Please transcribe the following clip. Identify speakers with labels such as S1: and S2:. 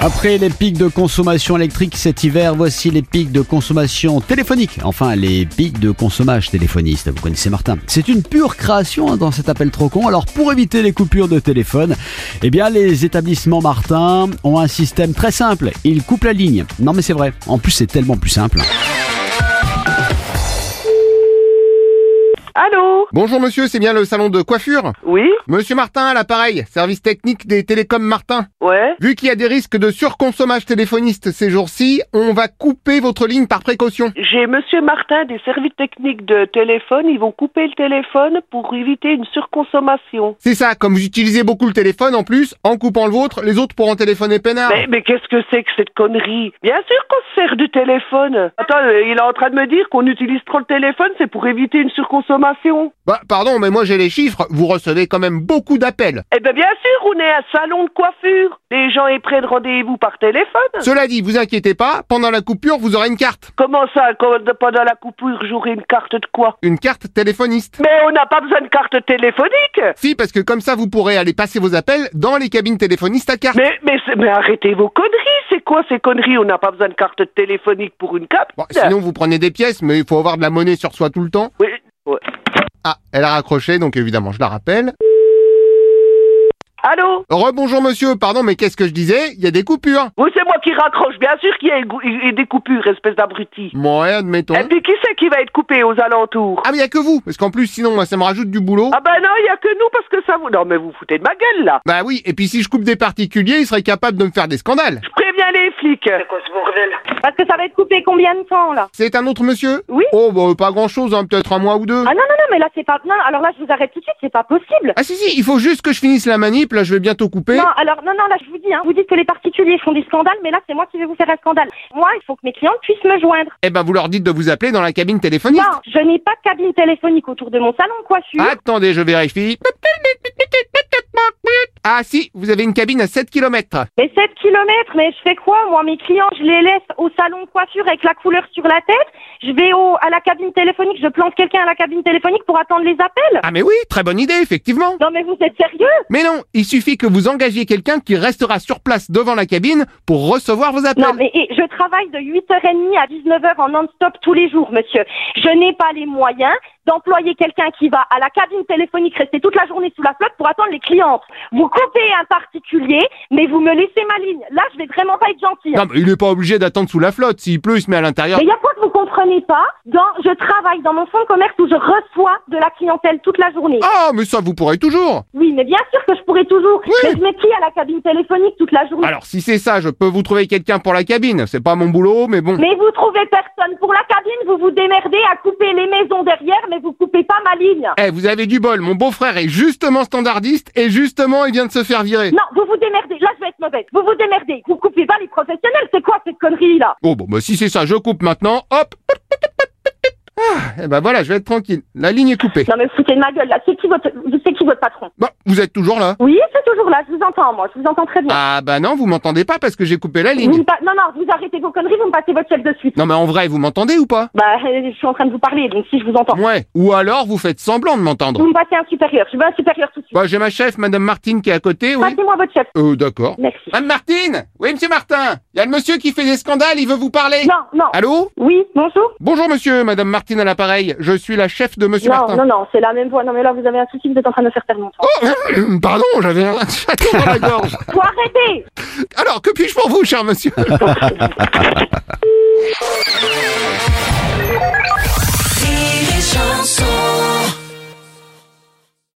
S1: Après les pics de consommation électrique cet hiver, voici les pics de consommation téléphonique. Enfin, les pics de consommage téléphoniste. Vous connaissez Martin. C'est une pure création hein, dans cet appel trop con. Alors, pour éviter les coupures de téléphone, eh bien, les établissements Martin ont un système très simple. Ils coupent la ligne. Non, mais c'est vrai. En plus, c'est tellement plus simple.
S2: Allô
S3: Bonjour monsieur, c'est bien le salon de coiffure
S2: Oui
S3: Monsieur Martin à l'appareil, service technique des télécoms Martin.
S2: Ouais
S3: Vu qu'il y a des risques de surconsommage téléphoniste ces jours-ci, on va couper votre ligne par précaution.
S2: J'ai Monsieur Martin des services techniques de téléphone. Ils vont couper le téléphone pour éviter une surconsommation.
S3: C'est ça, comme vous utilisez beaucoup le téléphone en plus, en coupant le vôtre, les autres pourront téléphoner peinard.
S2: Mais, mais qu'est-ce que c'est que cette connerie Bien sûr qu'on se sert du téléphone. Attends, euh, il est en train de me dire qu'on utilise trop le téléphone, c'est pour éviter une surconsommation.
S3: Bah pardon, mais moi j'ai les chiffres, vous recevez quand même beaucoup d'appels.
S2: Eh ben bien sûr, on est un salon de coiffure. Les gens y prennent rendez-vous par téléphone.
S3: Cela dit, vous inquiétez pas, pendant la coupure, vous aurez une carte.
S2: Comment ça, quand- pendant la coupure, j'aurai une carte de quoi
S3: Une carte téléphoniste.
S2: Mais on n'a pas besoin de carte téléphonique
S3: Si, parce que comme ça, vous pourrez aller passer vos appels dans les cabines téléphonistes à carte.
S2: Mais, mais, c'est- mais arrêtez vos conneries, c'est quoi ces conneries On n'a pas besoin de carte téléphonique pour une cape.
S3: Bon, sinon, vous prenez des pièces, mais il faut avoir de la monnaie sur soi tout le temps.
S2: Oui, ouais.
S3: Ah, elle a raccroché, donc évidemment, je la rappelle.
S2: Allô
S3: Rebonjour monsieur, pardon, mais qu'est-ce que je disais Il y a des coupures.
S2: Oui, c'est moi qui raccroche, bien sûr qu'il y a égo- et- et des coupures, espèce d'abruti.
S3: Ouais, admettons.
S2: Et puis qui c'est qui va être coupé aux alentours
S3: Ah, mais il y a que vous, parce qu'en plus, sinon, moi, ça me rajoute du boulot.
S2: Ah ben non, il y a que nous parce que ça vous... Non mais vous foutez de ma gueule là
S3: Bah oui, et puis si je coupe des particuliers, ils seraient capables de me faire des scandales.
S2: Je préviens les flics
S4: Parce que ça va être coupé combien de temps là
S3: C'est un autre monsieur
S4: Oui.
S3: Oh, bah pas grand-chose, hein, peut-être un mois ou deux.
S4: Ah non non non mais là c'est pas non alors là je vous arrête tout de suite c'est pas possible.
S3: Ah si, si, il faut juste que je finisse la manip, là, je vais bientôt couper.
S4: Non alors non non là je vous dis hein vous dites que les particuliers font des scandales mais là c'est moi qui vais vous faire un scandale. Moi il faut que mes clients puissent me joindre.
S3: Eh ben, vous leur dites de vous appeler dans la cabine téléphoniste.
S4: Non je n'ai pas de cabine téléphonique autour de mon salon de coiffure.
S3: Attendez, je vérifie. Ah si, vous avez une cabine à 7 km.
S4: Mais 7 kilomètres mais je fais quoi moi mes clients je les laisse au salon de coiffure avec la couleur sur la tête. Je vais au à la cabine téléphonique je plante quelqu'un à la cabine téléphonique pour attendre les appels.
S3: Ah mais oui, très bonne idée, effectivement.
S4: Non mais vous êtes sérieux
S3: Mais non, il suffit que vous engagiez quelqu'un qui restera sur place devant la cabine pour recevoir vos appels.
S4: Non, mais et je travaille de 8h30 à 19h en non-stop tous les jours, monsieur. Je n'ai pas les moyens d'employer quelqu'un qui va à la cabine téléphonique rester toute la journée sous la flotte pour attendre les clientes. Vous coupez un particulier, mais vous me laissez ma ligne. Là, je vais vraiment pas être gentille.
S3: Non, mais il n'est pas obligé d'attendre sous la flotte. S'il pleut, il se met à l'intérieur.
S4: Mais il y a quoi que vous comprenez pas dans, Je travaille dans mon fonds de commerce où je reçois de la clientèle toute la journée.
S3: Ah, mais ça, vous pourrez toujours.
S4: Oui, mais bien sûr que je pourrais toujours.
S3: Oui.
S4: Mais je mets qui à la cabine téléphonique toute la journée
S3: Alors, si c'est ça, je peux vous trouver quelqu'un pour la cabine. C'est pas mon boulot, mais bon.
S4: Mais vous trouvez personne pour la cabine, vous vous démerdez à couper les maisons derrière, mais vous coupez pas ma ligne.
S3: Eh, vous avez du bol. Mon beau-frère est justement standardiste et justement, il vient de se faire virer.
S4: Non, vous vous démerdez. Là, je vais être mauvaise. Vous vous démerdez. Vous coupez pas les professionnels. C'est quoi cette connerie-là
S3: Oh, bon, bah, si c'est ça, je coupe maintenant. Hop. Ah, eh ben voilà, je vais être tranquille. La ligne est coupée.
S4: Non, mais vous foutez de ma gueule, là. C'est qui votre, c'est qui votre patron
S3: Bah, vous êtes toujours là.
S4: Oui, c'est toujours là. Je vous entends, moi. Je vous entends très bien.
S3: Ah, bah non, vous m'entendez pas parce que j'ai coupé la
S4: Vous
S3: ligne.
S4: me pa- Non, non, vous arrêtez vos conneries. Vous me passez votre chef de suite.
S3: Non, mais en vrai, vous m'entendez ou pas
S4: Bah, euh, je suis en train de vous parler, donc si je vous entends.
S3: Ouais. Ou alors, vous faites semblant de
S4: Vous
S3: m'entendre.
S4: me passez un supérieur. Je veux un supérieur tout de suite.
S3: Bah, j'ai ma chef, Madame Martine, qui est à côté, oui.
S4: Passez-moi votre chef.
S3: Euh, d'accord.
S4: Merci.
S3: Madame Martine Oui, monsieur Martin Il y a le monsieur qui fait des scandales, il veut vous parler
S4: Non, non.
S3: Allô
S4: Oui, bonjour
S3: Bonjour monsieur, madame Martine à l'appareil, je suis la chef de monsieur
S4: Non,
S3: Martin.
S4: non, non, c'est la même voix. Non, mais là, vous avez un souci. Vous êtes en train de me faire perdre mon temps.
S3: Oh, Pardon, j'avais un chaton dans la gorge.
S4: Faut arrêter
S3: Alors, que puis-je pour vous, cher monsieur